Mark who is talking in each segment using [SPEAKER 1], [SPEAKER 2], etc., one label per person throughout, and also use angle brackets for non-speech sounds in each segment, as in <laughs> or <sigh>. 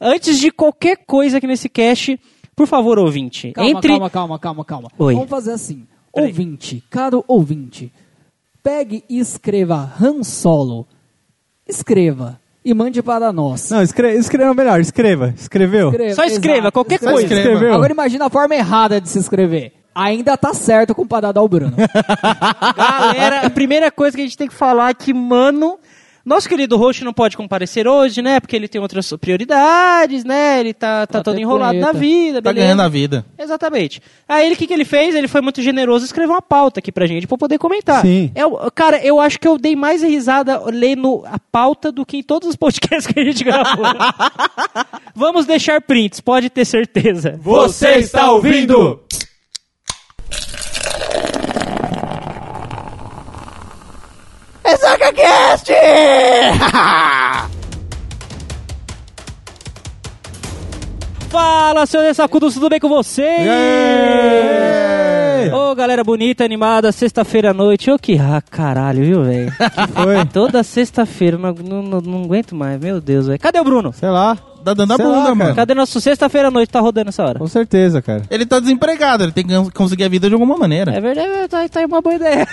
[SPEAKER 1] Antes de qualquer coisa aqui nesse cast, por favor, ouvinte,
[SPEAKER 2] Calma,
[SPEAKER 1] entre.
[SPEAKER 2] <laughs> calma, calma, calma, calma.
[SPEAKER 1] Oi.
[SPEAKER 2] Vamos fazer assim.
[SPEAKER 1] Peraí.
[SPEAKER 2] Ouvinte, caro ouvinte, pegue e escreva Han Solo. Escreva e mande para nós.
[SPEAKER 3] Não, escreva, escreva melhor, escreva. Escreveu?
[SPEAKER 1] Só escreva, qualquer
[SPEAKER 3] Só
[SPEAKER 1] coisa.
[SPEAKER 3] escreva.
[SPEAKER 1] Escreveu.
[SPEAKER 2] Agora imagina a forma errada de se escrever. Ainda tá certo comparado ao Bruno.
[SPEAKER 1] Galera, a primeira coisa que a gente tem que falar é que, mano, nosso querido host não pode comparecer hoje, né? Porque ele tem outras prioridades, né? Ele tá, tá
[SPEAKER 2] Tá
[SPEAKER 1] todo
[SPEAKER 2] até
[SPEAKER 1] enrolado
[SPEAKER 2] punheta.
[SPEAKER 1] na vida,
[SPEAKER 4] Tá
[SPEAKER 1] beleza?
[SPEAKER 4] ganhando a vida.
[SPEAKER 1] Exatamente. Aí ele, o que, que ele fez? Ele foi muito generoso e escreveu uma pauta aqui pra gente pra eu poder comentar.
[SPEAKER 3] Sim.
[SPEAKER 1] Eu, cara, eu acho que eu dei mais risada lendo a pauta do que em todos os podcasts que a gente gravou.
[SPEAKER 4] <laughs>
[SPEAKER 1] Vamos deixar prints, pode ter certeza.
[SPEAKER 5] Você está ouvindo?
[SPEAKER 1] Fala, seus sacudos, tudo bem com vocês? Ô, galera bonita, animada, sexta-feira à noite. Ô, que ra- caralho, viu, velho?
[SPEAKER 3] Foi?
[SPEAKER 1] Toda sexta-feira, não, não, não- não aguento mais, meu Deus, velho. Cadê o Bruno?
[SPEAKER 3] Sei lá.
[SPEAKER 4] Tá dando a
[SPEAKER 3] Sei
[SPEAKER 4] bunda,
[SPEAKER 3] lá, cara.
[SPEAKER 4] mano.
[SPEAKER 1] Cadê nosso sexta-feira à noite? Tá rodando essa hora.
[SPEAKER 3] Com certeza, cara.
[SPEAKER 4] Ele tá desempregado, ele tem que conseguir a vida de alguma maneira.
[SPEAKER 1] É verdade, tá, tá aí uma boa ideia.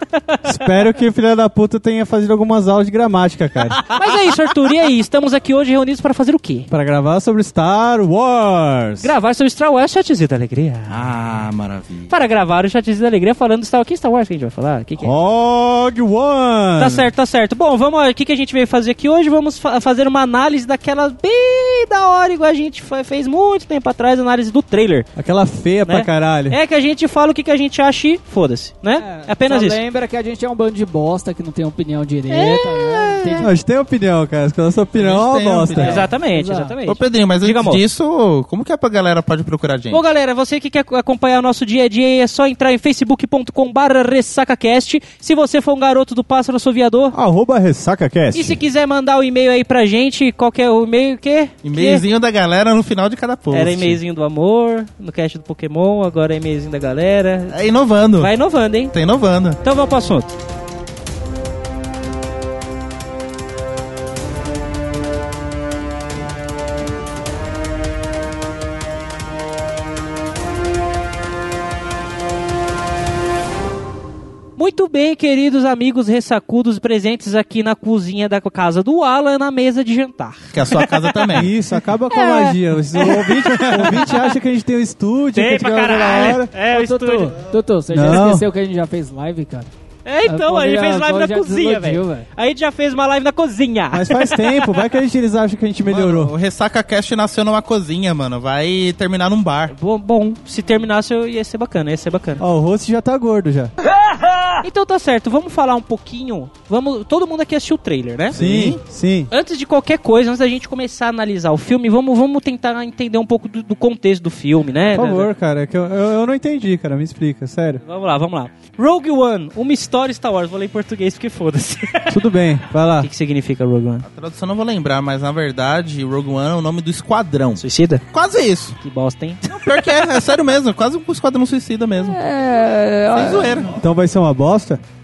[SPEAKER 1] <laughs>
[SPEAKER 3] Espero que o filho da puta tenha fazido algumas aulas de gramática, cara.
[SPEAKER 1] Mas é isso, Arthur, e aí? Estamos aqui hoje reunidos para fazer o quê?
[SPEAKER 3] Pra gravar sobre Star Wars.
[SPEAKER 1] Gravar sobre Star Wars, chatzinho da alegria.
[SPEAKER 4] Ah, maravilha.
[SPEAKER 1] Para gravar o chatzinho da alegria falando Star Wars. Que Star Wars que a gente vai falar? O que, que é?
[SPEAKER 3] Rogue One.
[SPEAKER 1] Tá certo, tá certo. Bom, vamos o que, que a gente veio fazer aqui hoje? Vamos fa- fazer uma análise daquela bem da hora, igual a gente fa- fez muito tempo atrás, análise do trailer.
[SPEAKER 3] Aquela feia
[SPEAKER 1] Né?
[SPEAKER 3] pra caralho.
[SPEAKER 1] É que a gente fala o que, que a gente acha e foda-se, né? É, Apenas
[SPEAKER 2] só
[SPEAKER 1] isso.
[SPEAKER 2] lembra que a gente é um bando de bosta que não tem opinião direita.
[SPEAKER 1] É.
[SPEAKER 2] né? Tem-
[SPEAKER 3] Não, A gente tem opinião, cara. A nossa opinião é
[SPEAKER 4] A gente
[SPEAKER 3] uma
[SPEAKER 4] tem
[SPEAKER 3] bosta.
[SPEAKER 4] opinião.
[SPEAKER 1] Exatamente,
[SPEAKER 2] Exato.
[SPEAKER 1] exatamente.
[SPEAKER 4] Ô, Pedrinho, mas
[SPEAKER 1] Diga,
[SPEAKER 4] antes
[SPEAKER 1] amor.
[SPEAKER 4] disso, como que a galera pode procurar a gente?
[SPEAKER 1] Bom, galera, você que quer acompanhar nosso dia a dia, é só entrar em facebook.com.br ressacacast. Se você for um garoto do pássaro assoviador.
[SPEAKER 3] Arroba RessacaCast.
[SPEAKER 1] E se quiser mandar o e-mail aí pra gente, qual que é o e-mail? Que?
[SPEAKER 4] E-mailzinho da galera no final de cada post.
[SPEAKER 1] Era e-mailzinho do amor, no cast do Pokémon, agora é e-mailzinho da galera.
[SPEAKER 4] É inovando.
[SPEAKER 1] Vai inovando, hein?
[SPEAKER 4] Tá inovando.
[SPEAKER 1] Então vamos pro assunto. Muito bem, queridos amigos ressacudos presentes aqui na cozinha da casa do Alan, na mesa de jantar.
[SPEAKER 4] Que a sua casa
[SPEAKER 1] <laughs>
[SPEAKER 4] também.
[SPEAKER 3] Isso, acaba com a magia. O ouvinte, o ouvinte acha que a gente tem um estúdio, que a gente grava toda hora.
[SPEAKER 1] É, o estúdio.
[SPEAKER 2] Tutu, Tutu, você já
[SPEAKER 3] Não.
[SPEAKER 2] esqueceu que a gente já fez live, cara?
[SPEAKER 1] É, então, a gente
[SPEAKER 2] Agora-
[SPEAKER 1] fez live na
[SPEAKER 2] agora já
[SPEAKER 1] cozinha,
[SPEAKER 2] desiludiu,
[SPEAKER 1] velho. A gente já fez uma live na cozinha.
[SPEAKER 3] Mas faz tempo, vai que a gente, eles acham que a gente melhorou.
[SPEAKER 4] Mano, o Ressaca Cast nasceu numa cozinha, mano. Vai terminar num bar.
[SPEAKER 1] Bom, bom, se terminasse eu ia ser bacana, ia ser bacana.
[SPEAKER 3] Ó, o rosto já tá gordo já.
[SPEAKER 1] Então tá certo, vamos falar um pouquinho. Vamos, todo mundo aqui assistiu o trailer, né?
[SPEAKER 3] Sim, sim.
[SPEAKER 1] Antes de qualquer coisa, antes da gente começar a analisar o filme, vamos, vamos tentar entender um pouco do, do contexto do filme, né?
[SPEAKER 4] É,
[SPEAKER 3] Por favor, cara, é que eu, eu, eu não entendi, cara. Me explica, sério.
[SPEAKER 1] Vamos lá, vamos lá. Rogue One, uma história Star Wars. Vou ler em português porque foda-se. <laughs> o
[SPEAKER 3] Tudo bem, vai lá.
[SPEAKER 1] que, que significa Rogue One?
[SPEAKER 4] A tradução eu não vou lembrar, mas na verdade, Rogue One é o nome do esquadrão.
[SPEAKER 1] Suicida?
[SPEAKER 4] Quase isso.
[SPEAKER 1] Que bosta, hein?
[SPEAKER 4] Não, pior que é, é sério mesmo. Quase um esquadrão suicida mesmo.
[SPEAKER 2] É,
[SPEAKER 4] Sem zoeira.
[SPEAKER 3] Então vai ser uma bosta?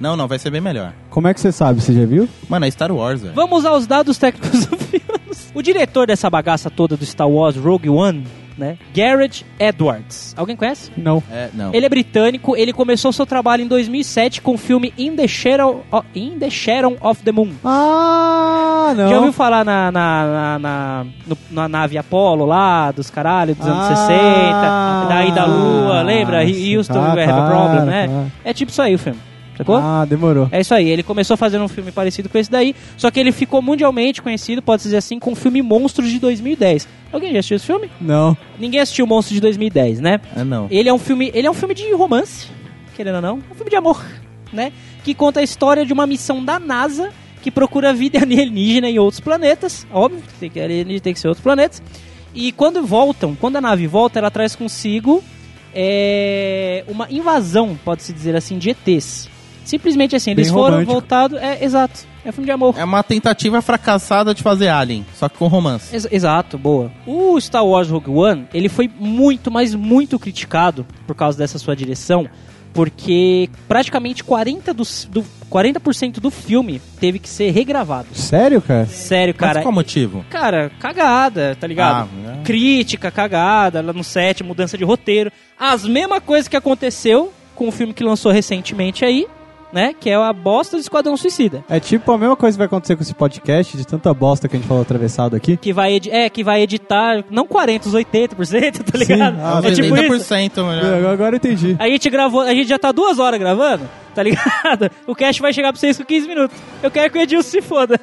[SPEAKER 4] Não, não, vai ser bem melhor.
[SPEAKER 3] Como é que você sabe? Você já viu?
[SPEAKER 4] Mano, é Star Wars,
[SPEAKER 1] <laughs>
[SPEAKER 4] velho.
[SPEAKER 1] Vamos aos dados técnicos do filme. O diretor dessa bagaça toda do Star Wars Rogue One, né? Garrett Edwards. Alguém conhece?
[SPEAKER 3] Não.
[SPEAKER 4] É, não.
[SPEAKER 1] Ele é britânico, ele começou seu trabalho em 2007 com o filme In the Shadow o- In the Shadow of the Moon.
[SPEAKER 3] Ah, não.
[SPEAKER 1] Já ouviu falar na, na, na, na- no- na nave Apollo lá, dos caralho, dos anos 60,
[SPEAKER 3] Ah,
[SPEAKER 1] daí da Lua, lembra?
[SPEAKER 3] sim,
[SPEAKER 1] Houston,
[SPEAKER 3] tá,
[SPEAKER 1] we have a
[SPEAKER 3] claro,
[SPEAKER 1] problem, né?
[SPEAKER 3] claro.
[SPEAKER 1] É tipo isso aí o filme, sacou?
[SPEAKER 3] Ah, demorou.
[SPEAKER 1] É isso aí, ele começou fazendo um filme parecido com esse daí, só que ele ficou mundialmente conhecido, pode-se dizer assim, com o filme Monstros de 2010. Alguém já assistiu esse filme?
[SPEAKER 3] Não.
[SPEAKER 1] Ninguém assistiu Monstros de 2010, né?
[SPEAKER 4] É, não.
[SPEAKER 1] Ele é um filme, ele é um filme de romance, querendo ou não, um filme de amor, né? Que conta a história de uma missão da NASA que procura vida <laughs> alienígena em outros planetas, óbvio, que tem que alienígena tem que ser outros planetas. E quando voltam, quando a nave volta, ela traz consigo é, uma invasão, pode-se dizer assim, de ETs. Simplesmente assim,
[SPEAKER 3] Bem
[SPEAKER 1] eles foram
[SPEAKER 3] romântico.
[SPEAKER 1] voltados. É, exato. É um filme de amor.
[SPEAKER 4] É uma tentativa fracassada de fazer Alien, só que com romance.
[SPEAKER 1] Ex- exato, boa. O Star Wars Rogue One, ele foi muito, mas muito criticado por causa dessa sua direção, Porque praticamente 40% do, do, 40% do filme teve que ser regravado.
[SPEAKER 3] Sério, cara?
[SPEAKER 1] Sério, cara.
[SPEAKER 4] Mas qual o motivo?
[SPEAKER 1] Cara, cagada, tá ligado?
[SPEAKER 4] Ah, né?
[SPEAKER 1] Crítica, cagada, lá no set, mudança de roteiro. As mesma coisa que aconteceu com o filme que lançou recentemente aí, né? Que é a bosta do Esquadrão Suicida.
[SPEAKER 3] É tipo a mesma coisa que vai acontecer com esse podcast, de tanta bosta que a gente falou atravessado aqui.
[SPEAKER 1] Que vai, edi- é, que vai editar, não 40, os 80%, <laughs> tá ligado?
[SPEAKER 3] ah,
[SPEAKER 1] é tipo isso.
[SPEAKER 4] 80% melhor.
[SPEAKER 3] Eu- É, agora eu entendi.
[SPEAKER 1] A gente gravou, a gente já tá duas horas gravando, tá ligado? <laughs> O cast vai chegar pra vocês com 15 minutos. Eu quero que o Edilson se foda.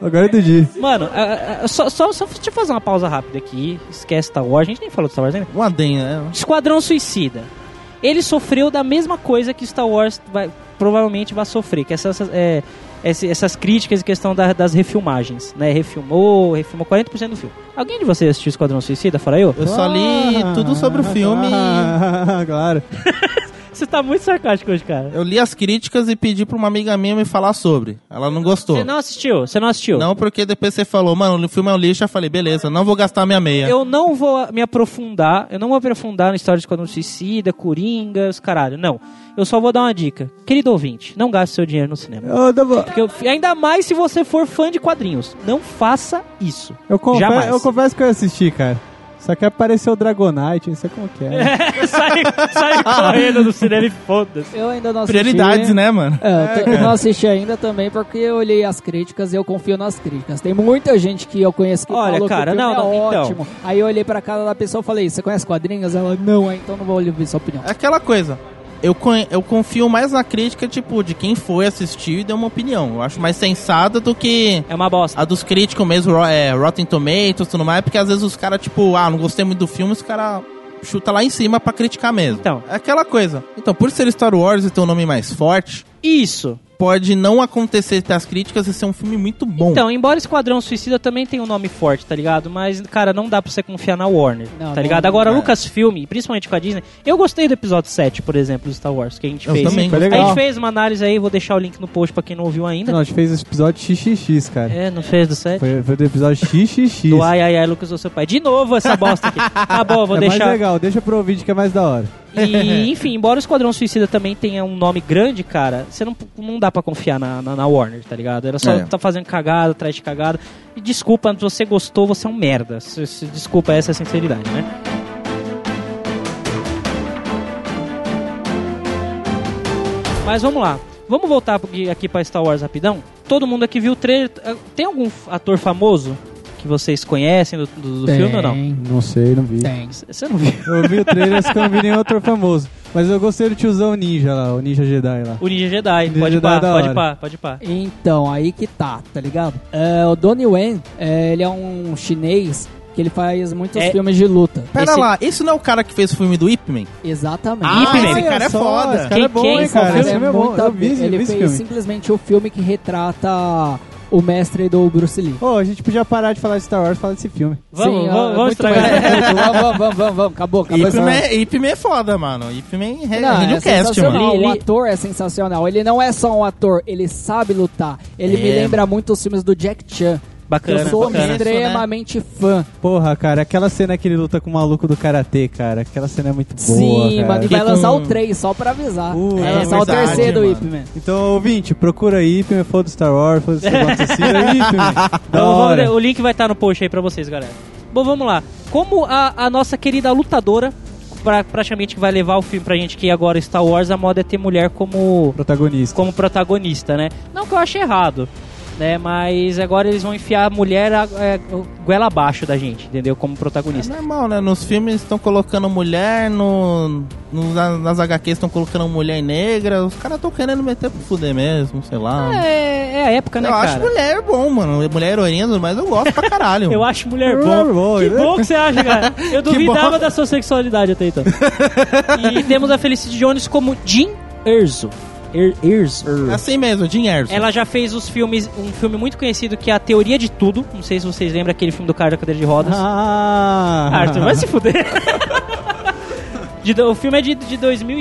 [SPEAKER 3] Agora eu entendi.
[SPEAKER 1] <laughs> Mano, a- a- a- só, só, só deixa eu fazer uma pausa rápida aqui. Esquece Star Wars, a gente nem falou de Star Wars ainda.
[SPEAKER 4] Um adendo, né?
[SPEAKER 1] Esquadrão Suicida. Ele sofreu da mesma coisa que Star Wars vai- provavelmente vai sofrer, que essas, é, esse- essas críticas e questão da- das refilmagens, né? Refilmou, refilmou 40% do filme. Alguém de vocês assistiu Esquadrão Suicida, fora eu?
[SPEAKER 4] Eu só li tudo sobre o filme.
[SPEAKER 3] Ah, <laughs> claro.
[SPEAKER 1] Você tá muito sarcástico hoje, cara.
[SPEAKER 4] Eu li as críticas e pedi pra uma amiga minha me falar sobre. Ela não gostou.
[SPEAKER 1] Você não assistiu? Você não assistiu?
[SPEAKER 4] Não, porque depois você falou, mano, o filme é um lixo. Eu falei, beleza, não vou gastar minha meia.
[SPEAKER 1] Eu não vou me aprofundar, eu não vou aprofundar na história de Esquadrão Suicida, Coringa, os caralho, não. Eu só vou dar uma dica. Querido ouvinte, não gaste seu dinheiro no cinema.
[SPEAKER 3] Eu, devo-
[SPEAKER 1] Porque eu- ainda mais se você for fã de quadrinhos. Não faça isso.
[SPEAKER 3] eu, confe-
[SPEAKER 1] Jamais.
[SPEAKER 3] eu confesso que eu assisti, cara. Só que apareceu o Dragonite, não sei como que é.
[SPEAKER 1] <laughs> sai, sai correndo do cinema e foda-se.
[SPEAKER 2] Eu ainda não assisti.
[SPEAKER 4] Prioridades, né, mano?
[SPEAKER 2] É, eu t- eu não assisti ainda também porque eu olhei as críticas e eu confio nas críticas. Tem muita gente que eu conheço que
[SPEAKER 1] Olha,
[SPEAKER 2] falou
[SPEAKER 1] cara,
[SPEAKER 2] que o
[SPEAKER 1] não,
[SPEAKER 2] filme é
[SPEAKER 1] não, então.
[SPEAKER 2] ótimo. Aí eu olhei pra cara da pessoa e falei, você conhece quadrinhos? Ela, não, é, então não vou ouvir sua opinião.
[SPEAKER 4] É aquela coisa. Eu, con- eu confio mais na crítica, tipo, de quem foi assistir e deu uma opinião. Eu acho mais sensada do que
[SPEAKER 1] É uma bosta.
[SPEAKER 4] a dos críticos mesmo, ro- é, Rotten Tomatoes e tudo mais, porque às vezes os caras, tipo, ah, não gostei muito do filme, os caras chuta lá em cima pra criticar mesmo.
[SPEAKER 1] Então.
[SPEAKER 4] É aquela coisa. Então, por ser Star Wars e ter um nome mais forte,
[SPEAKER 1] Isso.
[SPEAKER 4] pode não acontecer ter as críticas e ser um filme muito bom.
[SPEAKER 1] Então, embora Esquadrão Suicida também tenha um nome forte, tá ligado? Mas, cara, não dá pra você confiar na Warner,
[SPEAKER 2] Não,
[SPEAKER 1] tá
[SPEAKER 2] não-
[SPEAKER 1] ligado? Agora,
[SPEAKER 4] é.
[SPEAKER 1] Lucasfilm, principalmente com a Disney, eu gostei do episódio 7, por exemplo, do Star Wars, que a gente
[SPEAKER 4] Eu
[SPEAKER 1] fez.
[SPEAKER 4] também.
[SPEAKER 3] Foi
[SPEAKER 1] A gente
[SPEAKER 3] legal.
[SPEAKER 1] fez uma análise aí, vou deixar o link no post pra quem não ouviu ainda.
[SPEAKER 3] Não, a gente fez o episódio XXX, cara.
[SPEAKER 1] É, não fez do 7?
[SPEAKER 3] Foi, foi do episódio <laughs> XXX.
[SPEAKER 1] Do ai, ai, ai, Lucas, ou seu pai. De novo essa bosta aqui. Tá bom, vou
[SPEAKER 3] é mais
[SPEAKER 1] deixar.
[SPEAKER 3] legal, deixa pro ouvinte que é mais da hora.
[SPEAKER 1] E, <laughs> enfim, embora o Esquadrão Suicida também tenha um nome grande, cara, você não, não dá pra confiar na, na, na Warner, tá ligado? Ela só
[SPEAKER 4] É.
[SPEAKER 1] tá fazendo cagada, atrás de cagada. E desculpa, se você gostou, você é um merda. Se- se- Desculpa, essa é a sinceridade, né? Mas vamos lá. Vamos voltar pro- aqui pra Star Wars rapidão? Todo mundo aqui viu o trailer. Eh, Tem algum f- ator famoso que vocês conhecem do, do- do
[SPEAKER 2] Tem,
[SPEAKER 1] filme ou não?
[SPEAKER 3] Não sei, não vi.
[SPEAKER 2] Tem.
[SPEAKER 1] C- Você não
[SPEAKER 3] <laughs>
[SPEAKER 1] viu?
[SPEAKER 3] É, Eu vi o trailer, só que eu não vi nenhum outro famoso. Mas eu gostei do tiozão ninja lá, o ninja Jedi lá.
[SPEAKER 1] O Ninja Jedi.
[SPEAKER 3] Ninja
[SPEAKER 1] pode
[SPEAKER 3] Jedi
[SPEAKER 1] pá,
[SPEAKER 3] é da
[SPEAKER 1] pode
[SPEAKER 3] hora.
[SPEAKER 1] pá, pode pá.
[SPEAKER 2] Então, aí que tá, tá ligado? É, o Donnie Wen, é, ele é um chinês que ele faz muitos
[SPEAKER 1] É.
[SPEAKER 2] filmes de luta.
[SPEAKER 4] Pera
[SPEAKER 1] Esse-
[SPEAKER 4] lá, esse não é o cara que fez o filme do Ip Man?
[SPEAKER 2] Exatamente.
[SPEAKER 1] Ah, Ip Man.
[SPEAKER 4] esse cara é
[SPEAKER 3] Olha só,
[SPEAKER 4] foda.
[SPEAKER 3] Esse cara
[SPEAKER 1] Quem-
[SPEAKER 3] é bom,
[SPEAKER 1] quem
[SPEAKER 3] hein,
[SPEAKER 1] é
[SPEAKER 3] cara.
[SPEAKER 1] esse
[SPEAKER 3] Esse
[SPEAKER 2] é
[SPEAKER 3] filme é bom.
[SPEAKER 2] muita-
[SPEAKER 3] Eu vi, esse-
[SPEAKER 2] ele
[SPEAKER 3] vi
[SPEAKER 2] fez
[SPEAKER 3] esse filme.
[SPEAKER 2] simplesmente o filme que retrata o mestre do Bruce Lee.
[SPEAKER 3] Ô, a gente podia parar de falar de Star Wars e falar desse filme.
[SPEAKER 1] Vamos,
[SPEAKER 2] Sim, é
[SPEAKER 1] vamos, vamos
[SPEAKER 2] muito mais
[SPEAKER 1] <laughs> estragar.
[SPEAKER 2] bonito. <laughs> vamos, vamos, vamos, vamos, vamos. Acabou, acabou.
[SPEAKER 4] Ip
[SPEAKER 2] essa-
[SPEAKER 4] Man, Ip Man é foda, mano. Ip Man re-
[SPEAKER 2] Não,
[SPEAKER 4] rende
[SPEAKER 2] é
[SPEAKER 4] o cast, mano.
[SPEAKER 2] sensacional.
[SPEAKER 1] Li-
[SPEAKER 2] O
[SPEAKER 1] li-
[SPEAKER 2] ator é sensacional. Ele não é só um ator, ele sabe lutar. Ele me
[SPEAKER 4] É.
[SPEAKER 2] lembra muito os filmes do Jack Chan.
[SPEAKER 1] Bacana,
[SPEAKER 2] Eu sou
[SPEAKER 1] bacana.
[SPEAKER 2] extremamente fã.
[SPEAKER 3] Porra, cara, aquela cena que ele luta com o maluco do karatê, cara. Aquela cena é muito boa.
[SPEAKER 2] Sim,
[SPEAKER 3] cara.
[SPEAKER 2] mano. E vai
[SPEAKER 4] Fica
[SPEAKER 2] lançar
[SPEAKER 4] um-
[SPEAKER 2] o 3, só pra avisar.
[SPEAKER 3] Uh,
[SPEAKER 2] vai
[SPEAKER 3] é
[SPEAKER 2] lançar o
[SPEAKER 4] verdade,
[SPEAKER 2] terceiro do
[SPEAKER 4] mano.
[SPEAKER 2] Ip Man.
[SPEAKER 3] Então, ouvinte, procura aí, filme foda Star Wars, foda Star Wars, é Ip Man. Da
[SPEAKER 1] Vamos- vamos-
[SPEAKER 3] hora.
[SPEAKER 1] o link vai estar no post aí pra vocês, galera. Bom, vamos lá. Como a, a nossa querida lutadora pra, praticamente que vai levar o filme pra gente que agora Star Wars, a moda é ter mulher como,
[SPEAKER 3] Protagonista.
[SPEAKER 1] como protagonista, né? Não que eu ache errado, né? Mas agora eles vão enfiar a mulher a, é, goela abaixo da gente, entendeu? Como
[SPEAKER 4] É
[SPEAKER 1] protagonista.
[SPEAKER 4] normal, né? Nos filmes estão colocando mulher, no, no- na- nas HQs estão colocando mulher negra. Os caras estão querendo meter pro fuder mesmo, sei lá.
[SPEAKER 1] É, é a época,
[SPEAKER 4] eu
[SPEAKER 1] né,
[SPEAKER 4] acho
[SPEAKER 1] cara?
[SPEAKER 4] mulher bom, mano. Mulher heroína, mas eu gosto pra
[SPEAKER 1] <laughs>
[SPEAKER 4] caralho.
[SPEAKER 1] Eu acho mulher
[SPEAKER 3] Mulher
[SPEAKER 1] bom.
[SPEAKER 3] bom,
[SPEAKER 1] Que
[SPEAKER 3] né?
[SPEAKER 1] bom que você acha, cara. Eu
[SPEAKER 4] <laughs> Que
[SPEAKER 1] duvidava
[SPEAKER 4] bom.
[SPEAKER 1] da sua sexualidade até então. e temos a Felicity Jones como Jean Erso. Er, Erso.
[SPEAKER 4] É assim mesmo, Jim Erso.
[SPEAKER 1] Ela já fez os filmes, um filme muito conhecido que é A Teoria de Tudo. Não sei se vocês lembram
[SPEAKER 4] Ah.
[SPEAKER 1] aquele filme do cara da cadeira de rodas.
[SPEAKER 3] Ah,
[SPEAKER 1] Arthur, vai se fuder. <laughs> De do- o filme é de, de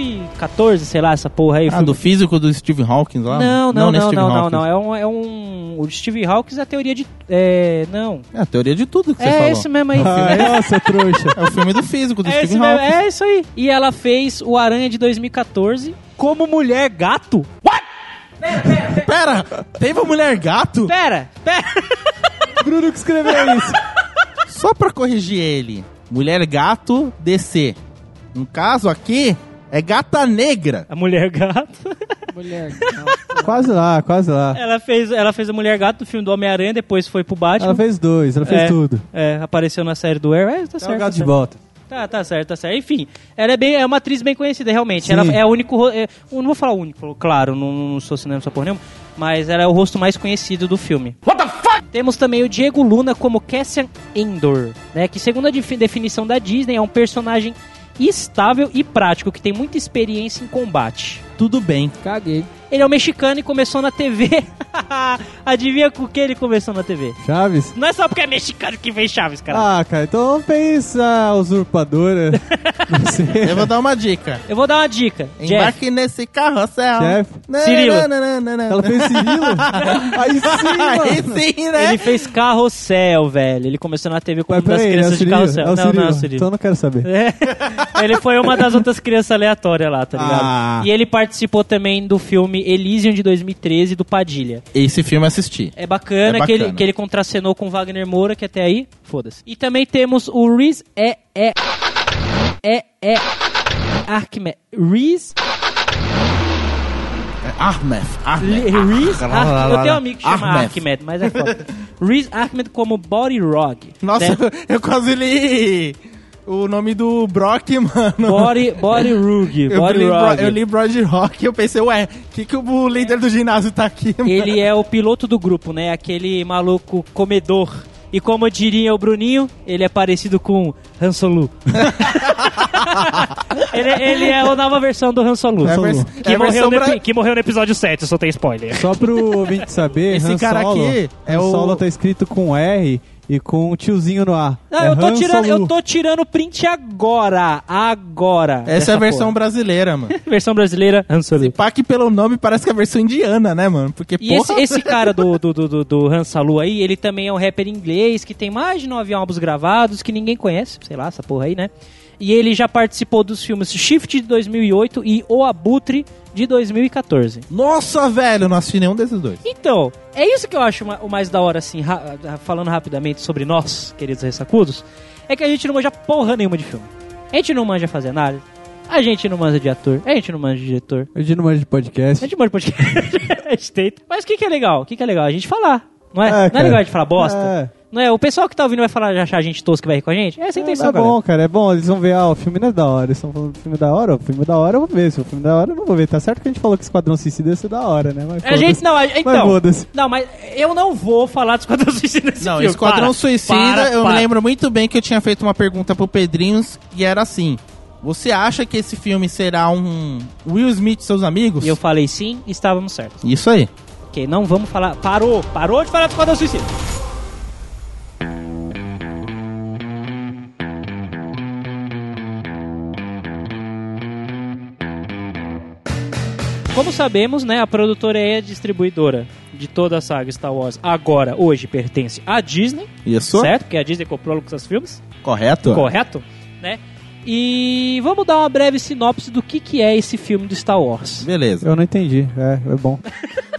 [SPEAKER 1] 2014, sei lá, essa porra aí. o
[SPEAKER 4] Ah,
[SPEAKER 1] filme-
[SPEAKER 4] do físico do Steve Hawkins lá?
[SPEAKER 1] Não, não, não,
[SPEAKER 4] é
[SPEAKER 1] não,
[SPEAKER 4] Stephen
[SPEAKER 1] não, não,
[SPEAKER 4] Hawking.
[SPEAKER 1] É um, é um. O Steve Hawkins é a teoria de. É. Não.
[SPEAKER 4] É a teoria de tudo que você
[SPEAKER 1] é
[SPEAKER 4] falou.
[SPEAKER 1] esse mesmo aí.
[SPEAKER 3] Ai, nossa, trouxa.
[SPEAKER 4] É o filme do físico do
[SPEAKER 1] É, esse
[SPEAKER 4] Stephen
[SPEAKER 1] mesmo,
[SPEAKER 4] Hawking.
[SPEAKER 1] é isso aí. E ela fez o Aranha de 2014 como mulher gato. What? é.
[SPEAKER 4] Pera, teve a mulher gato?
[SPEAKER 1] Pera, pera.
[SPEAKER 3] Bruno que escreveu isso.
[SPEAKER 4] Só pra corrigir ele. Mulher gato DC. No caso aqui, é gata negra.
[SPEAKER 1] A mulher gato.
[SPEAKER 2] Mulher.
[SPEAKER 3] Quase lá, quase lá.
[SPEAKER 1] <laughs> Ela fez, ela fez a mulher gato do filme do Homem-Aranha, depois foi pro Batman.
[SPEAKER 3] Ela fez dois, ela fez
[SPEAKER 1] É,
[SPEAKER 3] tudo.
[SPEAKER 1] É, apareceu na série do Arrow. É, tá
[SPEAKER 3] É
[SPEAKER 1] certo.
[SPEAKER 3] o
[SPEAKER 1] tá
[SPEAKER 3] gato de
[SPEAKER 1] certo.
[SPEAKER 3] volta.
[SPEAKER 1] Tá, tá certo, tá certo. Enfim, ela é, bem, é uma atriz bem conhecida, realmente. Ela
[SPEAKER 3] Sim.
[SPEAKER 1] é o único. ro- É, eu não vou falar o único, claro, não, não sou cinema essa porra nenhuma, mas ela é o rosto mais conhecido do filme. What the fuck? Temos também o Diego Luna como Cassian Endor, né? Que segundo a defi- definição da Disney, é um personagem estável e prático, que tem muita experiência em combate.
[SPEAKER 4] Tudo bem.
[SPEAKER 2] Caguei.
[SPEAKER 1] Ele é um mexicano e começou na TV. <laughs> Adivinha com o que ele começou na TV?
[SPEAKER 3] Chaves?
[SPEAKER 1] Não é só porque é mexicano que vem Chaves, cara.
[SPEAKER 3] Ah, cara, então pensa a usurpadora. Não sei.
[SPEAKER 4] Eu vou dar
[SPEAKER 1] <laughs>
[SPEAKER 4] uma dica.
[SPEAKER 1] Eu vou dar uma dica. Jeff,
[SPEAKER 4] Embarque nesse carrossel.
[SPEAKER 3] Jeff.
[SPEAKER 1] Cirilo.
[SPEAKER 3] Ela fez Cirilo? Aí sim, mano.
[SPEAKER 4] <laughs> Aí sim, né?
[SPEAKER 1] Ele fez carrossel, velho. Ele começou na TV com uma
[SPEAKER 3] Mas
[SPEAKER 1] das
[SPEAKER 3] peraí, é o
[SPEAKER 1] crianças de
[SPEAKER 3] Cirilo?
[SPEAKER 1] carrossel.
[SPEAKER 3] É o
[SPEAKER 1] não, não é o
[SPEAKER 3] Cirilo. Então
[SPEAKER 1] Cirilo.
[SPEAKER 3] eu não quero saber.
[SPEAKER 1] É. <laughs> Ele foi uma das outras crianças aleatórias lá, tá ligado?
[SPEAKER 4] Ah.
[SPEAKER 1] E ele participou também do filme Elysium de 2013 do Padilha.
[SPEAKER 4] Esse filme eu assisti.
[SPEAKER 1] É bacana,
[SPEAKER 4] É
[SPEAKER 1] Que, ele,
[SPEAKER 4] bacana.
[SPEAKER 1] que ele contracenou com Wagner Moura, que até aí, foda-se. E também temos o Reese E. E. E. E. Arquimed. Reese.
[SPEAKER 4] É Armeth. Armeth.
[SPEAKER 1] Le- Reese
[SPEAKER 4] lá, lá,
[SPEAKER 1] Arch- Eu
[SPEAKER 4] lá,
[SPEAKER 1] tenho um
[SPEAKER 4] lá.
[SPEAKER 1] amigo que chama
[SPEAKER 4] Ahmed.
[SPEAKER 1] Arquimed, mas é foda. Reese Arquimed como Body Rock.
[SPEAKER 4] Nossa,
[SPEAKER 1] né?
[SPEAKER 4] <laughs> eu quase li o nome do Brock, mano.
[SPEAKER 1] Body, body Rug,
[SPEAKER 4] eu,
[SPEAKER 1] Body
[SPEAKER 4] li, Bro-
[SPEAKER 1] Rug.
[SPEAKER 4] eu li Brody Rock e eu pensei, ué, o que, que o líder do ginásio tá aqui, mano?
[SPEAKER 1] Ele é o piloto do grupo, né? Aquele maluco comedor. E como diria o Bruninho, ele é parecido com Han Solo. <laughs> ele, ele é a nova versão do Han Solo.
[SPEAKER 3] É a vers-
[SPEAKER 1] que,
[SPEAKER 4] é a
[SPEAKER 1] morreu
[SPEAKER 4] versão
[SPEAKER 1] no epi-
[SPEAKER 4] bra-
[SPEAKER 1] que morreu no episódio 7, só tem spoiler.
[SPEAKER 3] Só pro ouvinte saber,
[SPEAKER 4] Esse
[SPEAKER 3] Han
[SPEAKER 4] cara
[SPEAKER 3] Solo,
[SPEAKER 4] aqui é
[SPEAKER 3] Han
[SPEAKER 4] o-
[SPEAKER 3] Solo tá escrito com R e com um tiozinho no A.
[SPEAKER 1] Não,
[SPEAKER 3] É
[SPEAKER 1] eu, tô
[SPEAKER 3] Han
[SPEAKER 1] tirando, eu
[SPEAKER 3] Solu.
[SPEAKER 1] tô tirando print agora. Agora.
[SPEAKER 4] Essa
[SPEAKER 1] dessa
[SPEAKER 4] é a versão brasileira, <laughs> mano.
[SPEAKER 1] porra. Versão brasileira, Han Solo.
[SPEAKER 4] Se pá que pelo nome parece que é a versão indiana, né, mano? Porque,
[SPEAKER 1] E esse,
[SPEAKER 4] porra...
[SPEAKER 1] esse cara do, do, do, do, do Han Salu aí, ele também é um rapper inglês que tem mais de nove álbuns gravados que ninguém conhece, sei lá, essa porra aí, né? E ele já participou dos filmes Shift de 2008 e O Abutre de 2014.
[SPEAKER 4] Nossa, velho, não assisti nenhum desses dois.
[SPEAKER 1] Então, é isso que eu acho ma- o mais da hora, assim, ra- ra- falando rapidamente sobre nós, queridos ressacudos, é que a gente não manja porra nenhuma de filme. A gente não manja fazer nada, a gente não manja de ator, a gente não manja de diretor,
[SPEAKER 3] Eu de número de
[SPEAKER 1] a
[SPEAKER 3] podcast.
[SPEAKER 1] gente manda podcast. <laughs> a gente tenta. Mas o que, que é legal? O que, que é legal? A gente falar. Não é?
[SPEAKER 3] É,
[SPEAKER 1] não é
[SPEAKER 3] cara.
[SPEAKER 1] legal a gente falar bosta?
[SPEAKER 3] É.
[SPEAKER 1] Não é? O pessoal que tá ouvindo vai falar de achar a gente tosco e vai rir com a gente? Essa é a
[SPEAKER 3] É,
[SPEAKER 1] intenção,
[SPEAKER 3] é bom, cara, é bom. Eles vão ver, ah, o filme não é da hora. Eles estão falando do filme da hora, o filme da hora eu vou ver. Se o filme da hora eu não vou ver. Tá certo que a gente falou que Esquadrão Suicida ia ser da hora, né? Mas
[SPEAKER 1] galera. É, A gente
[SPEAKER 3] foda-se.
[SPEAKER 1] não, a, então.
[SPEAKER 3] foda-se.
[SPEAKER 1] não, mas eu não vou falar do Esquadrão Suicida nesse
[SPEAKER 4] Não,
[SPEAKER 1] filme.
[SPEAKER 4] Esquadrão
[SPEAKER 1] Para,
[SPEAKER 4] Suicida,
[SPEAKER 1] para,
[SPEAKER 4] eu
[SPEAKER 1] para.
[SPEAKER 4] me lembro muito bem que eu tinha feito uma pergunta pro Pedrinhos e era assim: Você acha que esse filme será um Will Smith e seus amigos?
[SPEAKER 1] E eu falei sim, estávamos certos.
[SPEAKER 4] Isso aí.
[SPEAKER 1] Ok, não vamos falar. Parou, parou de falar do Esquadrão Suicida. Como sabemos, né, a produtora é a distribuidora de toda a saga Star Wars. Agora, hoje, pertence à Disney,
[SPEAKER 4] Isso?
[SPEAKER 1] certo? Porque a Disney comprou com seus filmes,
[SPEAKER 4] Correto?
[SPEAKER 1] correto? Né? E vamos dar uma breve sinopse do que, que é esse filme do Star Wars.
[SPEAKER 4] Beleza.
[SPEAKER 3] Eu não entendi. É, é
[SPEAKER 1] <laughs>
[SPEAKER 3] bom.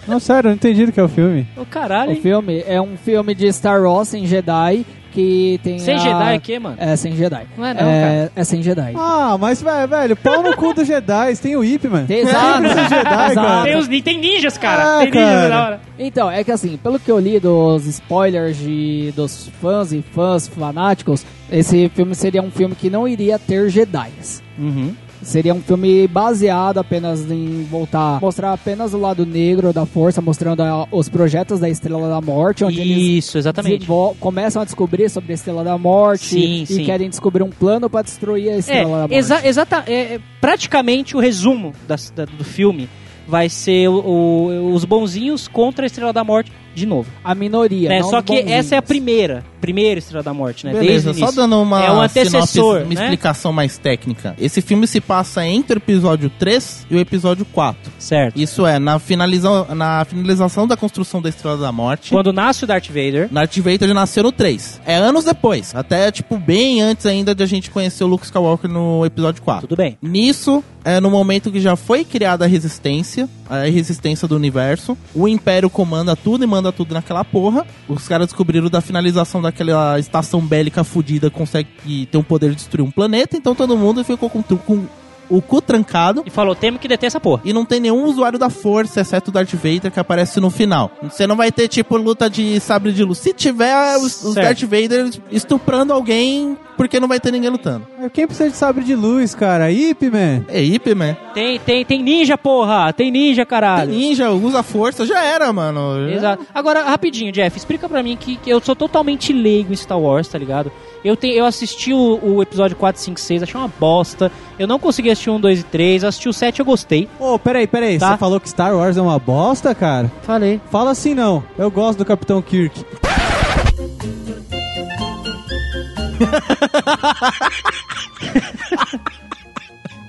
[SPEAKER 3] não, sério, eu não entendi do que é o filme.
[SPEAKER 1] Ô, caralho,
[SPEAKER 2] O
[SPEAKER 1] hein?
[SPEAKER 2] filme é um filme de Star Wars sem Jedi que tem
[SPEAKER 1] Sem
[SPEAKER 2] a-
[SPEAKER 1] Jedi é que, mano?
[SPEAKER 2] É, sem Jedi.
[SPEAKER 1] Não é não,
[SPEAKER 2] é, é sem Jedi.
[SPEAKER 3] Ah, mas, velho, velho, pau no cu do Jedi, tem o Ip, mano.
[SPEAKER 2] Tem-
[SPEAKER 3] Sempre
[SPEAKER 2] Exato.
[SPEAKER 3] esse Jedi,
[SPEAKER 2] Exato.
[SPEAKER 3] cara.
[SPEAKER 1] Tem, os, nin- tem ninjas, cara.
[SPEAKER 3] Ah,
[SPEAKER 1] tem ninjas
[SPEAKER 3] cara.
[SPEAKER 1] na hora.
[SPEAKER 2] Então, é que assim, pelo que eu li dos spoilers de, dos fãs e fãs fanáticos, esse filme seria um filme que não iria ter Jedi.
[SPEAKER 3] Uhum.
[SPEAKER 2] Seria um filme baseado apenas em voltar, mostrar apenas o lado negro da força, mostrando a- os projetos da Estrela da Morte, onde eles
[SPEAKER 1] Isso, exatamente.
[SPEAKER 2] desenvol- começam a descobrir sobre a Estrela da Morte
[SPEAKER 1] Sim,
[SPEAKER 2] e
[SPEAKER 1] sim.
[SPEAKER 2] querem descobrir um plano pra destruir a Estrela
[SPEAKER 1] É,
[SPEAKER 2] da Morte.
[SPEAKER 1] exa exata é, é, praticamente o resumo das- da- do filme vai ser o- o- os bonzinhos contra a Estrela da Morte Morte de novo.
[SPEAKER 2] A minoria.
[SPEAKER 1] né?
[SPEAKER 2] não um
[SPEAKER 1] Só
[SPEAKER 2] os
[SPEAKER 1] que
[SPEAKER 2] bonzinhos.
[SPEAKER 1] essa é a primeira, primeira Estrela da Morte, né? Desde o
[SPEAKER 4] Beleza, só
[SPEAKER 1] início.
[SPEAKER 4] dando uma,
[SPEAKER 1] É um
[SPEAKER 4] sinopse,
[SPEAKER 1] antecessor,
[SPEAKER 4] uma
[SPEAKER 1] né?
[SPEAKER 4] explicação mais técnica. Esse filme se passa entre o episódio 3 e o episódio 4.
[SPEAKER 1] Certo.
[SPEAKER 4] Isso é, na, finaliza na finalização da construção da Estrela da Morte.
[SPEAKER 1] Quando nasce o Darth Vader,
[SPEAKER 4] Darth Vader ele nasceu no 3. É anos depois. Até, tipo, bem antes ainda de a gente conhecer o Luke Skywalker no episódio 4.
[SPEAKER 1] tudo bem.
[SPEAKER 4] Nisso, é no momento que já foi criada a resistência, a resistência do universo. O Império comanda tudo e manda tudo naquela porra. Os caras descobriram da finalização daquela estação bélica fudida consegue ter um poder de destruir um planeta, então todo mundo ficou com, tu- com o cu trancado.
[SPEAKER 1] E falou, temos que deter essa porra.
[SPEAKER 4] E não tem nenhum usuário da força, exceto o Darth Vader, que aparece no final. Você não vai ter, tipo, luta de sabre de luz. Se tiver, é os, os
[SPEAKER 1] Certo.
[SPEAKER 4] Darth Vader estuprando alguém, porque não vai ter ninguém lutando.
[SPEAKER 3] Mas Quem precisa de sabre de luz, cara? Ip, man.
[SPEAKER 4] É hippie, man.
[SPEAKER 1] Tem, tem, tem ninja, porra! Tem ninja,
[SPEAKER 4] Tem
[SPEAKER 1] caralho!
[SPEAKER 4] ninja, usa força, já era, mano.
[SPEAKER 3] É.
[SPEAKER 1] Exato. Agora, rapidinho, Jeff, explica pra mim que, que eu sou totalmente leigo em Star Wars, tá ligado? Eu, te, eu assisti o, o episódio 4, 5, 6, achei uma bosta. Eu não consegui assistir um 2 e 3, assisti o 7 eu gostei.
[SPEAKER 3] Ô, peraí, peraí.
[SPEAKER 1] Tá.
[SPEAKER 3] Você falou que Star Wars é uma bosta, cara?
[SPEAKER 1] Falei.
[SPEAKER 3] Fala assim não. Eu gosto do Capitão Kirk.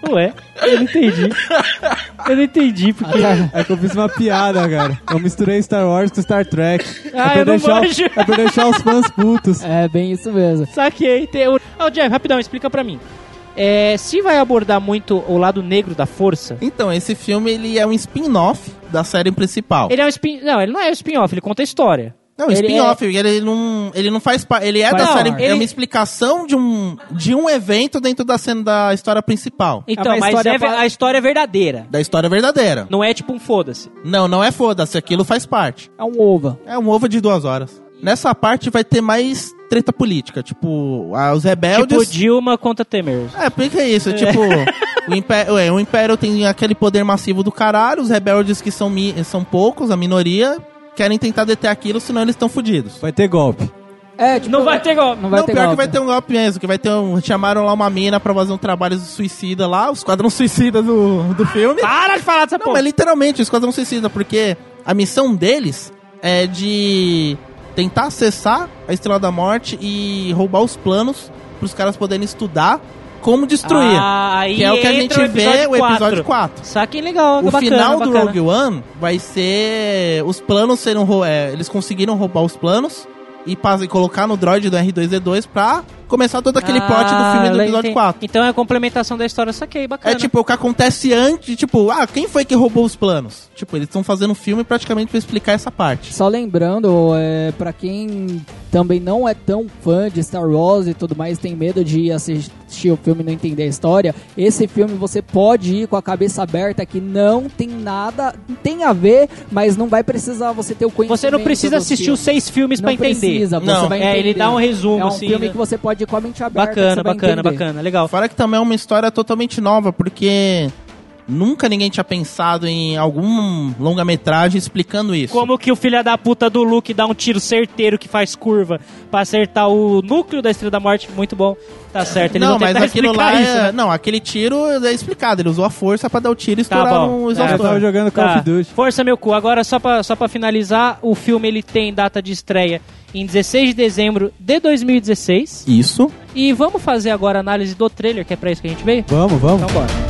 [SPEAKER 1] Ué, eu não entendi. Eu não entendi porque.
[SPEAKER 3] É que eu fiz uma piada, cara. Eu misturei Star Wars com Star Trek.
[SPEAKER 1] Ah,
[SPEAKER 3] é pra
[SPEAKER 1] eu não
[SPEAKER 3] deixar,
[SPEAKER 1] manjo.
[SPEAKER 3] É pra deixar os fãs putos.
[SPEAKER 2] É bem isso mesmo.
[SPEAKER 1] Saquei. Tem o... Ah, Jeff, rapidão, explica pra mim. É, se vai abordar muito o lado negro da força.
[SPEAKER 4] Então, esse filme ele é um spin-off da série principal.
[SPEAKER 1] Ele é um spin. Não, ele não é um spin-off, ele conta a história.
[SPEAKER 4] não,
[SPEAKER 1] ele é-
[SPEAKER 4] spin-off, ele, não, ele não faz parte. Ele é
[SPEAKER 1] Faz
[SPEAKER 4] da série.
[SPEAKER 1] parte.
[SPEAKER 4] É
[SPEAKER 1] Ele-
[SPEAKER 4] uma explicação de um, de um evento dentro da cena da história principal.
[SPEAKER 1] Então,
[SPEAKER 3] É uma
[SPEAKER 1] mas
[SPEAKER 3] história
[SPEAKER 1] é ve-
[SPEAKER 3] pa-
[SPEAKER 1] a história é verdadeira.
[SPEAKER 4] Da história verdadeira.
[SPEAKER 1] Não é tipo um foda-se.
[SPEAKER 4] Não, não é foda-se, aquilo faz parte.
[SPEAKER 2] É um ova.
[SPEAKER 4] É um ovo de duas horas. Nessa parte vai ter mais treta política. Tipo, ah, os
[SPEAKER 3] É
[SPEAKER 4] rebeldes.
[SPEAKER 1] Tipo Dilma contra Temer.
[SPEAKER 4] É, porque é isso, tipo, o império, ué, o império tem aquele poder massivo do caralho, os rebeldes que são, mi- são poucos, a minoria, querem tentar deter aquilo, senão eles estão fudidos.
[SPEAKER 3] Vai ter golpe.
[SPEAKER 1] Então
[SPEAKER 2] É, tipo,
[SPEAKER 1] Não vai ter gol.
[SPEAKER 2] não vai
[SPEAKER 4] não,
[SPEAKER 2] ter
[SPEAKER 4] pior
[SPEAKER 2] golpe.
[SPEAKER 4] que vai ter um golpe mesmo, que vai ter um. Chamaram lá uma mina pra fazer um trabalho de suicida lá, o esquadrão suicida do, do filme.
[SPEAKER 1] Para de falar dessa
[SPEAKER 4] Não,
[SPEAKER 1] porra.
[SPEAKER 4] mas literalmente, o esquadrão suicida, porque a missão deles é de tentar acessar a Estrela da Morte e roubar os planos pros caras poderem estudar como destruir.
[SPEAKER 1] Ah, aí
[SPEAKER 4] Que é o que a gente
[SPEAKER 1] entra
[SPEAKER 4] vê o
[SPEAKER 1] 4.
[SPEAKER 4] episódio 4.
[SPEAKER 1] Saquem legal,
[SPEAKER 4] O
[SPEAKER 1] bacana,
[SPEAKER 4] final do
[SPEAKER 1] é bacana.
[SPEAKER 4] Rogue One vai ser. Os planos serão. rou- é, eles conseguiram roubar os planos e, pas- e colocar no droid do R2D2 pra começar todo aquele plot do filme do
[SPEAKER 1] Ah,
[SPEAKER 4] episódio
[SPEAKER 1] entendi.
[SPEAKER 4] 4.
[SPEAKER 1] Então é a complementação da história, saquei,
[SPEAKER 4] É
[SPEAKER 1] bacana.
[SPEAKER 4] tipo o que acontece antes, tipo, ah, quem foi que roubou os planos? Tipo, eles estão fazendo um filme praticamente pra explicar essa parte.
[SPEAKER 2] Só lembrando, é, para quem também não é tão fã de Star Wars e tudo mais, tem medo de assistir o filme e não entender a história, esse filme você pode ir com a cabeça aberta que não tem nada, tem a ver, mas não vai precisar você ter o conhecimento.
[SPEAKER 1] Você não precisa
[SPEAKER 2] do
[SPEAKER 1] assistir
[SPEAKER 2] filme.
[SPEAKER 1] os seis filmes
[SPEAKER 2] Não
[SPEAKER 1] pra entender.
[SPEAKER 2] Precisa, você
[SPEAKER 4] Não.
[SPEAKER 2] vai
[SPEAKER 1] É, ele
[SPEAKER 2] entender.
[SPEAKER 1] dá um resumo,
[SPEAKER 2] É um
[SPEAKER 1] assim.
[SPEAKER 2] filme
[SPEAKER 1] né?
[SPEAKER 2] que você pode ir com a mente aberta. que
[SPEAKER 1] Bacana,
[SPEAKER 2] você vai
[SPEAKER 1] bacana,
[SPEAKER 2] entender.
[SPEAKER 1] bacana, legal.
[SPEAKER 4] Fora que também é uma história totalmente nova, porque nunca ninguém tinha pensado em algum longa-metragem explicando isso.
[SPEAKER 1] Como que o filho da puta do Luke dá um tiro certeiro que faz curva pra acertar o núcleo da Estrela da Morte? Muito bom. Tá certo, eles
[SPEAKER 4] não,
[SPEAKER 1] vão
[SPEAKER 4] mas
[SPEAKER 1] tentar
[SPEAKER 4] aquilo
[SPEAKER 1] explicar
[SPEAKER 4] lá
[SPEAKER 1] isso,
[SPEAKER 4] é...
[SPEAKER 1] né?
[SPEAKER 4] Não, aquele tiro é explicado. Ele usou a força pra dar o tiro e
[SPEAKER 1] Tá
[SPEAKER 4] estourar
[SPEAKER 1] bom.
[SPEAKER 4] um
[SPEAKER 1] É,
[SPEAKER 3] Eu tava
[SPEAKER 4] exaustor.
[SPEAKER 3] jogando Call
[SPEAKER 1] Tá.
[SPEAKER 3] of Duty.
[SPEAKER 1] Força meu cu. Agora só pra, só pra finalizar, o filme ele tem data de estreia em 16 de dezembro de 2016.
[SPEAKER 4] Isso.
[SPEAKER 1] E vamos fazer agora a análise do trailer, que é pra isso que a gente veio?
[SPEAKER 3] Vamos, vamos.
[SPEAKER 1] Então bora.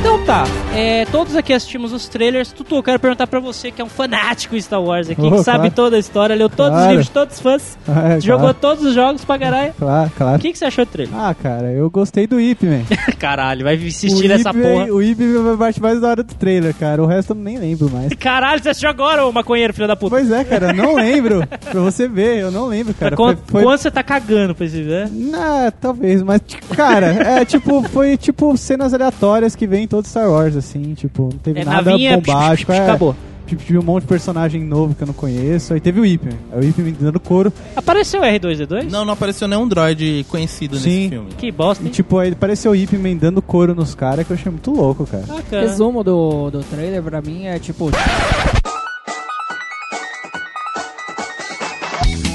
[SPEAKER 1] Então tá, é, todos aqui assistimos os trailers. Tutu, eu quero perguntar pra você, que é um fanático em Star Wars aqui,
[SPEAKER 3] Oh,
[SPEAKER 1] que sabe
[SPEAKER 3] claro.
[SPEAKER 1] toda a história, leu todos os
[SPEAKER 3] Claro.
[SPEAKER 1] livros, de todos os fãs,
[SPEAKER 3] <laughs> É,
[SPEAKER 1] jogou
[SPEAKER 3] Claro,
[SPEAKER 1] todos os jogos pra caralho.
[SPEAKER 3] claro.
[SPEAKER 1] O
[SPEAKER 3] claro.
[SPEAKER 1] que, que você achou do trailer?
[SPEAKER 3] Ah, cara, eu gostei do Ip, man.
[SPEAKER 1] <laughs> Caralho, vai
[SPEAKER 3] O
[SPEAKER 1] insistir nessa
[SPEAKER 3] Ip,
[SPEAKER 1] porra.
[SPEAKER 3] O Ip é a parte mais da hora do trailer, cara. O resto eu nem
[SPEAKER 1] <laughs>
[SPEAKER 3] lembro mais.
[SPEAKER 1] Caralho, você assistiu agora, ô maconheiro, filho da puta.
[SPEAKER 3] Pois é, cara, eu não lembro. pra você ver, eu não lembro, cara.
[SPEAKER 1] Quanto,
[SPEAKER 3] Foi- foi-
[SPEAKER 1] quanto você tá cagando pra esse né?
[SPEAKER 3] Ah, talvez, mas, t- cara, é tipo, foi tipo cenas aleatórias que vem em todo Star Wars, assim, tipo, não teve
[SPEAKER 1] É
[SPEAKER 3] nada
[SPEAKER 1] navinha,
[SPEAKER 3] bombástico. é,
[SPEAKER 1] acabou.
[SPEAKER 3] tipo, tive um monte de personagem novo que eu não conheço. Aí teve o Ip, Man. Aí o Ip me dando couro.
[SPEAKER 1] Apareceu o R2D2?
[SPEAKER 4] Não, não apareceu nenhum droid conhecido nesse
[SPEAKER 3] Sim.
[SPEAKER 4] filme.
[SPEAKER 1] Que bosta,
[SPEAKER 3] E
[SPEAKER 1] hein?
[SPEAKER 3] tipo, aí apareceu o Ip Man dando couro nos caras que eu achei muito louco, cara.
[SPEAKER 1] Bacana.
[SPEAKER 2] Resumo do, do trailer pra mim é tipo.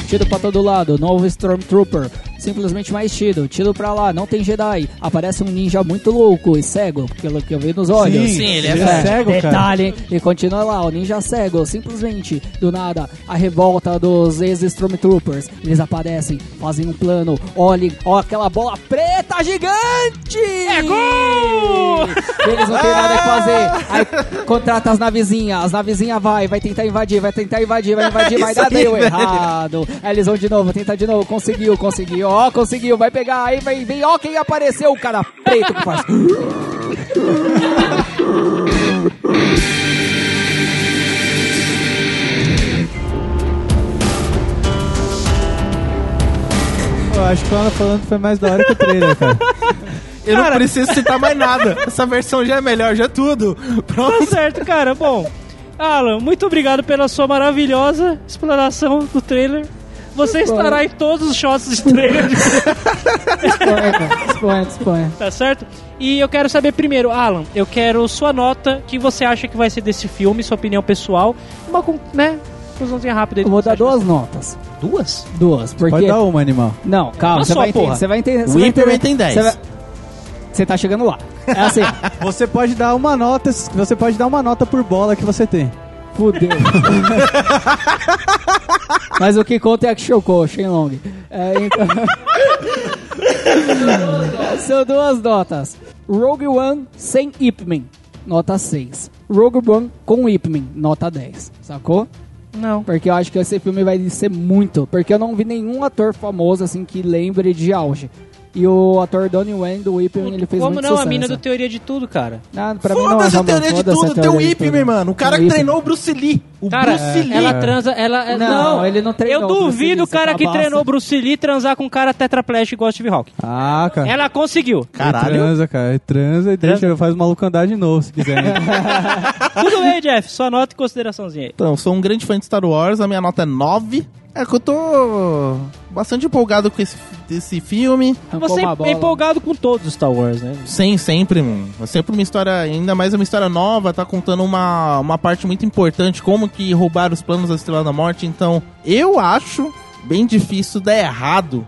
[SPEAKER 2] tiro pra todo lado, novo Stormtrooper, simplesmente mais tiro, tiro pra lá, não tem Jedi. Aparece um ninja muito louco e cego, pelo que eu vi nos olhos.
[SPEAKER 4] Sim, ele é
[SPEAKER 3] ele
[SPEAKER 4] cego.
[SPEAKER 3] cego, cara.
[SPEAKER 2] Detalhe, hein? e continua lá, o ninja cego, simplesmente, do nada, a revolta dos ex-Stormtroopers. Eles aparecem, fazem um plano, olhem, ó aquela bola preta gigante! É gol! Eles não têm nada que fazer. Aí contrata as navezinhas, as navezinhas vai, vai tentar invadir, vai tentar invadir, vai invadir, vai
[SPEAKER 4] Isso
[SPEAKER 2] dar
[SPEAKER 4] aí,
[SPEAKER 2] deu
[SPEAKER 4] velho.
[SPEAKER 2] errado. Aí eles vão de novo, tentar de novo, conseguiu, conseguiu, ó, conseguiu, vai pegar, aí vem, vem, ó quem apareceu, o cara preto que faz...
[SPEAKER 3] Eu acho que o Ana falando foi mais da hora que o trailer, <laughs> cara.
[SPEAKER 4] Eu
[SPEAKER 1] Cara.
[SPEAKER 4] não preciso citar mais
[SPEAKER 1] <laughs>
[SPEAKER 4] nada. Essa versão já é melhor, já é tudo.
[SPEAKER 1] Tá
[SPEAKER 4] Pronto.
[SPEAKER 1] certo, cara. Bom, Alan, muito obrigado pela sua maravilhosa exploração do trailer. Você estará em todos os shots de trailer, <laughs>
[SPEAKER 2] Exponha, cara, exponha, exponha.
[SPEAKER 1] tá certo? E eu quero saber primeiro, Alan, eu quero sua nota, o que você acha que vai ser desse filme, sua opinião pessoal. Uma, con- né, conclusãozinha rápida. aí
[SPEAKER 2] Eu
[SPEAKER 1] do
[SPEAKER 2] vou
[SPEAKER 1] que
[SPEAKER 2] dar
[SPEAKER 1] você acha
[SPEAKER 2] duas notas.
[SPEAKER 1] dessa- Duas?
[SPEAKER 2] Duas, porque...
[SPEAKER 3] Pode dar uma, animal.
[SPEAKER 2] Não, calma,
[SPEAKER 1] Uma
[SPEAKER 2] você
[SPEAKER 1] só,
[SPEAKER 2] vai, entender,
[SPEAKER 1] porra.
[SPEAKER 2] você vai entender.
[SPEAKER 4] O
[SPEAKER 2] Você vai
[SPEAKER 4] Imper
[SPEAKER 2] entender-
[SPEAKER 4] tem 10.
[SPEAKER 2] Você vai- você tá chegando lá. É assim,
[SPEAKER 3] Você pode dar uma nota, você pode dar uma nota por bola que você tem.
[SPEAKER 1] <laughs>
[SPEAKER 2] fudeu. Mas o que conta é a que chocou, Shenlong. É,
[SPEAKER 1] <laughs>
[SPEAKER 2] então... São duas notas. Rogue One sem Ip Man, nota 6. Rogue One com Ip Man, nota 10. Sacou?
[SPEAKER 1] Não.
[SPEAKER 2] Porque eu acho que esse filme vai ser muito. Porque eu não vi nenhum ator famoso assim que lembre de auge. E o ator Donnie Wen do Whip, ele fez
[SPEAKER 1] Como
[SPEAKER 2] muito
[SPEAKER 1] não?
[SPEAKER 2] sucesso. né?
[SPEAKER 1] A mina do Teoria de Tudo, cara.
[SPEAKER 2] Ah, pra mim não é
[SPEAKER 4] Foda-se a
[SPEAKER 2] famoso,
[SPEAKER 4] teoria de
[SPEAKER 2] foda-se a
[SPEAKER 4] tudo, tem
[SPEAKER 2] teoria
[SPEAKER 4] o
[SPEAKER 2] de
[SPEAKER 4] Ip,
[SPEAKER 2] tudo.
[SPEAKER 4] meu mano. O
[SPEAKER 2] Tem
[SPEAKER 4] cara
[SPEAKER 2] um
[SPEAKER 4] que
[SPEAKER 2] Ip.
[SPEAKER 4] treinou o Bruce Lee. O
[SPEAKER 1] Cara,
[SPEAKER 4] Bruce Lee.
[SPEAKER 1] ela transa, ela... é,
[SPEAKER 2] Não, ele não treinou
[SPEAKER 1] Eu
[SPEAKER 2] o Bruce
[SPEAKER 1] duvido
[SPEAKER 2] Lee, é
[SPEAKER 1] o cara
[SPEAKER 2] essa
[SPEAKER 1] que
[SPEAKER 2] cabaça.
[SPEAKER 1] treinou o Bruce Lee transar com um cara tetraplégico igual o Steve Hawking.
[SPEAKER 3] Ah,
[SPEAKER 2] É.
[SPEAKER 3] cara.
[SPEAKER 1] Ela conseguiu.
[SPEAKER 3] Ele
[SPEAKER 4] Caralho.
[SPEAKER 3] transa, cara. Ele transa e
[SPEAKER 1] Transa?
[SPEAKER 3] deixa, faz o maluco andar de novo, se quiser.
[SPEAKER 1] <laughs>
[SPEAKER 3] né?
[SPEAKER 1] Tudo bem, Jeff. Sua nota e consideraçãozinha aí.
[SPEAKER 4] Então, eu sou um grande fã de Star Wars, a minha nota é 9. É que eu tô bastante empolgado com esse desse filme.
[SPEAKER 2] Arrancou
[SPEAKER 1] Você
[SPEAKER 2] uma bola.
[SPEAKER 1] é empolgado com todos os Star Wars, né?
[SPEAKER 4] Sim, sempre, mano. É sempre uma história, ainda mais uma história nova, tá contando uma, uma parte muito importante, como que roubaram os planos da Estrela da Morte. Então, eu acho bem difícil dar errado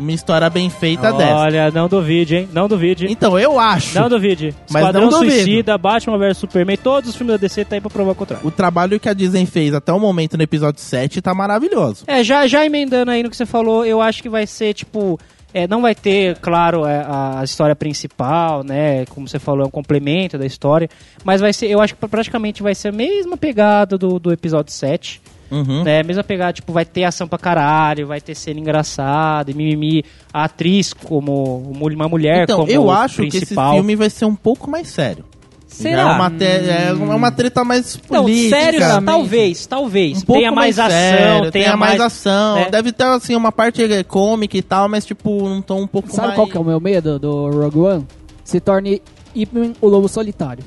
[SPEAKER 4] uma história bem feita dessa.
[SPEAKER 1] Olha, não duvide, hein? Não duvide.
[SPEAKER 4] Então, eu acho.
[SPEAKER 1] Não duvide.
[SPEAKER 4] Mas
[SPEAKER 1] Esquadrão
[SPEAKER 4] não duvido.
[SPEAKER 1] Suicida, Batman vs Superman, todos os filmes da DC tá aí pra provar o contrário.
[SPEAKER 4] O trabalho que a Disney fez até o momento no episódio 7 tá maravilhoso.
[SPEAKER 1] É, já, já emendando aí no que você falou, eu acho que vai ser tipo. é, não vai ter, claro, é, a, a história principal, né? Como você falou, é um complemento da história. Mas vai ser, eu acho que praticamente vai ser a mesma pegada do, do episódio 7.
[SPEAKER 4] Uhum.
[SPEAKER 1] né? Mesma pegada, tipo, vai ter ação pra caralho, vai ter cena engraçada, e mimimi, a atriz como uma mulher
[SPEAKER 4] Então,
[SPEAKER 1] É, como
[SPEAKER 4] eu acho que esse
[SPEAKER 1] principal.
[SPEAKER 4] filme vai ser um pouco mais sério.
[SPEAKER 1] Será?
[SPEAKER 4] É uma, te- é uma treta mais
[SPEAKER 1] Não,
[SPEAKER 4] política. né?
[SPEAKER 1] sério,
[SPEAKER 2] cara.
[SPEAKER 1] talvez, talvez.
[SPEAKER 4] Um pouco
[SPEAKER 1] tenha mais, ação,
[SPEAKER 4] sério,
[SPEAKER 1] tenha mais...
[SPEAKER 4] ação.
[SPEAKER 1] né?
[SPEAKER 4] Deve ter, assim, uma parte eh, cômica e tal, mas, tipo, um tom um pouco
[SPEAKER 2] Sabe
[SPEAKER 4] mais...
[SPEAKER 2] qual que é o meu medo do Rogue One? Se torne Ip Man o lobo solitário.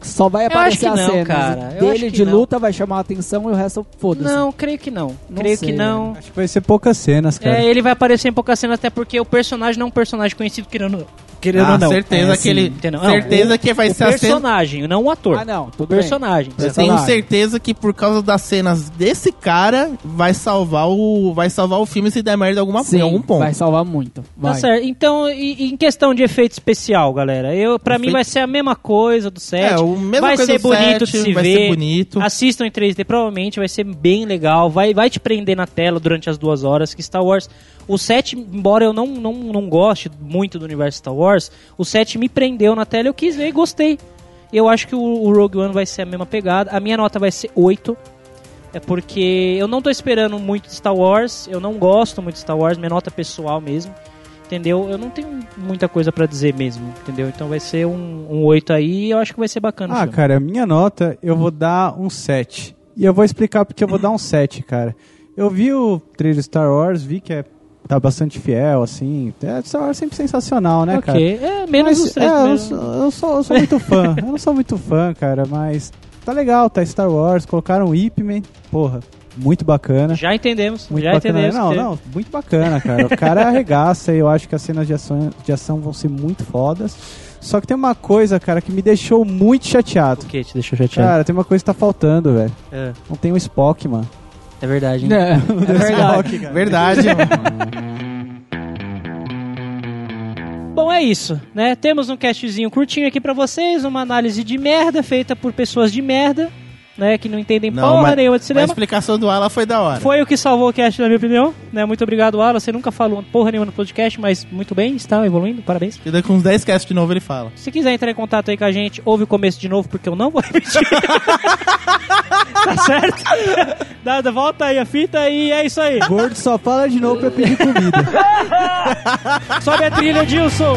[SPEAKER 2] Só vai aparecer
[SPEAKER 1] acho que
[SPEAKER 2] a
[SPEAKER 1] não,
[SPEAKER 2] cena
[SPEAKER 1] cara. Eu acho
[SPEAKER 2] dele
[SPEAKER 1] que
[SPEAKER 2] de
[SPEAKER 1] não.
[SPEAKER 2] luta, vai chamar a atenção e o resto foda-se.
[SPEAKER 1] Não, creio que não.
[SPEAKER 2] Não
[SPEAKER 1] creio
[SPEAKER 2] sei,
[SPEAKER 1] que não.
[SPEAKER 3] Acho que vai ser poucas cenas, cara.
[SPEAKER 1] É, ele vai aparecer em poucas cenas, até porque o personagem não é um personagem conhecido, querendo, querendo
[SPEAKER 4] Ah,
[SPEAKER 1] ou não.
[SPEAKER 4] certeza
[SPEAKER 1] É,
[SPEAKER 4] que
[SPEAKER 1] sim,
[SPEAKER 4] ele...
[SPEAKER 1] entendeu? Não,
[SPEAKER 4] certeza que vai
[SPEAKER 1] o
[SPEAKER 4] ser a cena...
[SPEAKER 1] personagem, não o ator.
[SPEAKER 2] Ah, não,
[SPEAKER 1] O
[SPEAKER 2] tudo
[SPEAKER 1] personagem.
[SPEAKER 2] Vai
[SPEAKER 4] Eu
[SPEAKER 2] ser
[SPEAKER 4] tenho
[SPEAKER 2] lá.
[SPEAKER 4] certeza que por causa das cenas desse cara vai salvar o vai salvar o filme se der merda em alguma
[SPEAKER 2] bem. Sim,
[SPEAKER 4] em algum ponto.
[SPEAKER 2] vai salvar muito. Vai.
[SPEAKER 1] Tá certo. Então, e- e em questão de efeito especial, galera, eu para mim
[SPEAKER 4] Efeito-
[SPEAKER 1] vai ser a mesma coisa do 7.
[SPEAKER 4] É, o mesma
[SPEAKER 1] vai
[SPEAKER 4] coisa
[SPEAKER 1] ser
[SPEAKER 4] do
[SPEAKER 1] bonito de
[SPEAKER 4] set,
[SPEAKER 1] se
[SPEAKER 4] vai
[SPEAKER 1] ver.
[SPEAKER 4] ser bonito.
[SPEAKER 1] Assistam em 3D, provavelmente vai ser bem legal. Vai, vai te prender na tela durante as duas horas que Star Wars. O 7, embora eu não, não, não goste muito do universo Star Wars, o 7 me prendeu na tela, eu quis ver e gostei. Eu acho que o, o Rogue One vai ser a mesma pegada. A minha nota vai ser 8. É porque eu não tô esperando muito de Star Wars, eu não gosto muito de Star Wars, minha nota é pessoal mesmo. Entendeu? Eu não tenho muita coisa pra dizer mesmo, entendeu? Então vai ser um, um 8 aí e eu acho que vai ser bacana. o
[SPEAKER 3] Ah,
[SPEAKER 1] filme.
[SPEAKER 3] cara, a minha nota eu vou dar um 7. E eu vou explicar porque eu vou dar um 7, cara. Eu vi o trailer Star Wars, vi que é, tá bastante fiel, assim. É, Star Wars é sempre sensacional, né, cara?
[SPEAKER 1] ok. É, menos
[SPEAKER 3] Mas,
[SPEAKER 1] os três
[SPEAKER 3] é, eu,
[SPEAKER 1] primeiros.
[SPEAKER 3] sou, eu, sou, eu sou muito fã. eu não sou muito fã, cara, mas tá legal, tá Star Wars, colocaram o Ip Man, porra, muito bacana.
[SPEAKER 1] Já entendemos,
[SPEAKER 3] é. Muito
[SPEAKER 1] já
[SPEAKER 3] bacana.
[SPEAKER 1] entendemos.
[SPEAKER 3] Não,
[SPEAKER 1] que-
[SPEAKER 3] não, muito bacana, cara. O <laughs> cara arregaça e eu acho que as cenas de ação, de ação vão ser muito fodas. Só que tem uma coisa, cara, que me deixou muito chateado.
[SPEAKER 1] O que te deixou chateado?
[SPEAKER 3] Cara, tem uma coisa que tá faltando, velho.
[SPEAKER 1] É.
[SPEAKER 3] Não tem o Spock, mano.
[SPEAKER 1] É verdade, hein?
[SPEAKER 2] É,
[SPEAKER 1] É verdade.
[SPEAKER 4] Verdade.
[SPEAKER 1] <laughs> Bom, é isso, né? Temos um castzinho curtinho aqui pra vocês, uma análise de merda feita por pessoas de merda, né? Que não entendem porra nenhuma de
[SPEAKER 4] mas a
[SPEAKER 1] cinema.
[SPEAKER 4] explicação do Ala foi da hora.
[SPEAKER 1] Foi o que salvou o cast, na minha opinião. Né? Muito obrigado, Alan. Você nunca falou porra nenhuma no podcast, mas muito bem, está evoluindo, parabéns.
[SPEAKER 4] E daí com uns 10 casts de novo ele fala.
[SPEAKER 1] Se quiser entrar em contato aí com a gente, ouve o começo de novo, porque eu não vou <laughs> repetir. tá certo? <laughs> Dá, dá- volta aí a fita e é isso aí.
[SPEAKER 3] Gordo só fala de novo pra pedir comida.
[SPEAKER 1] Sobe a trilha, Dilson.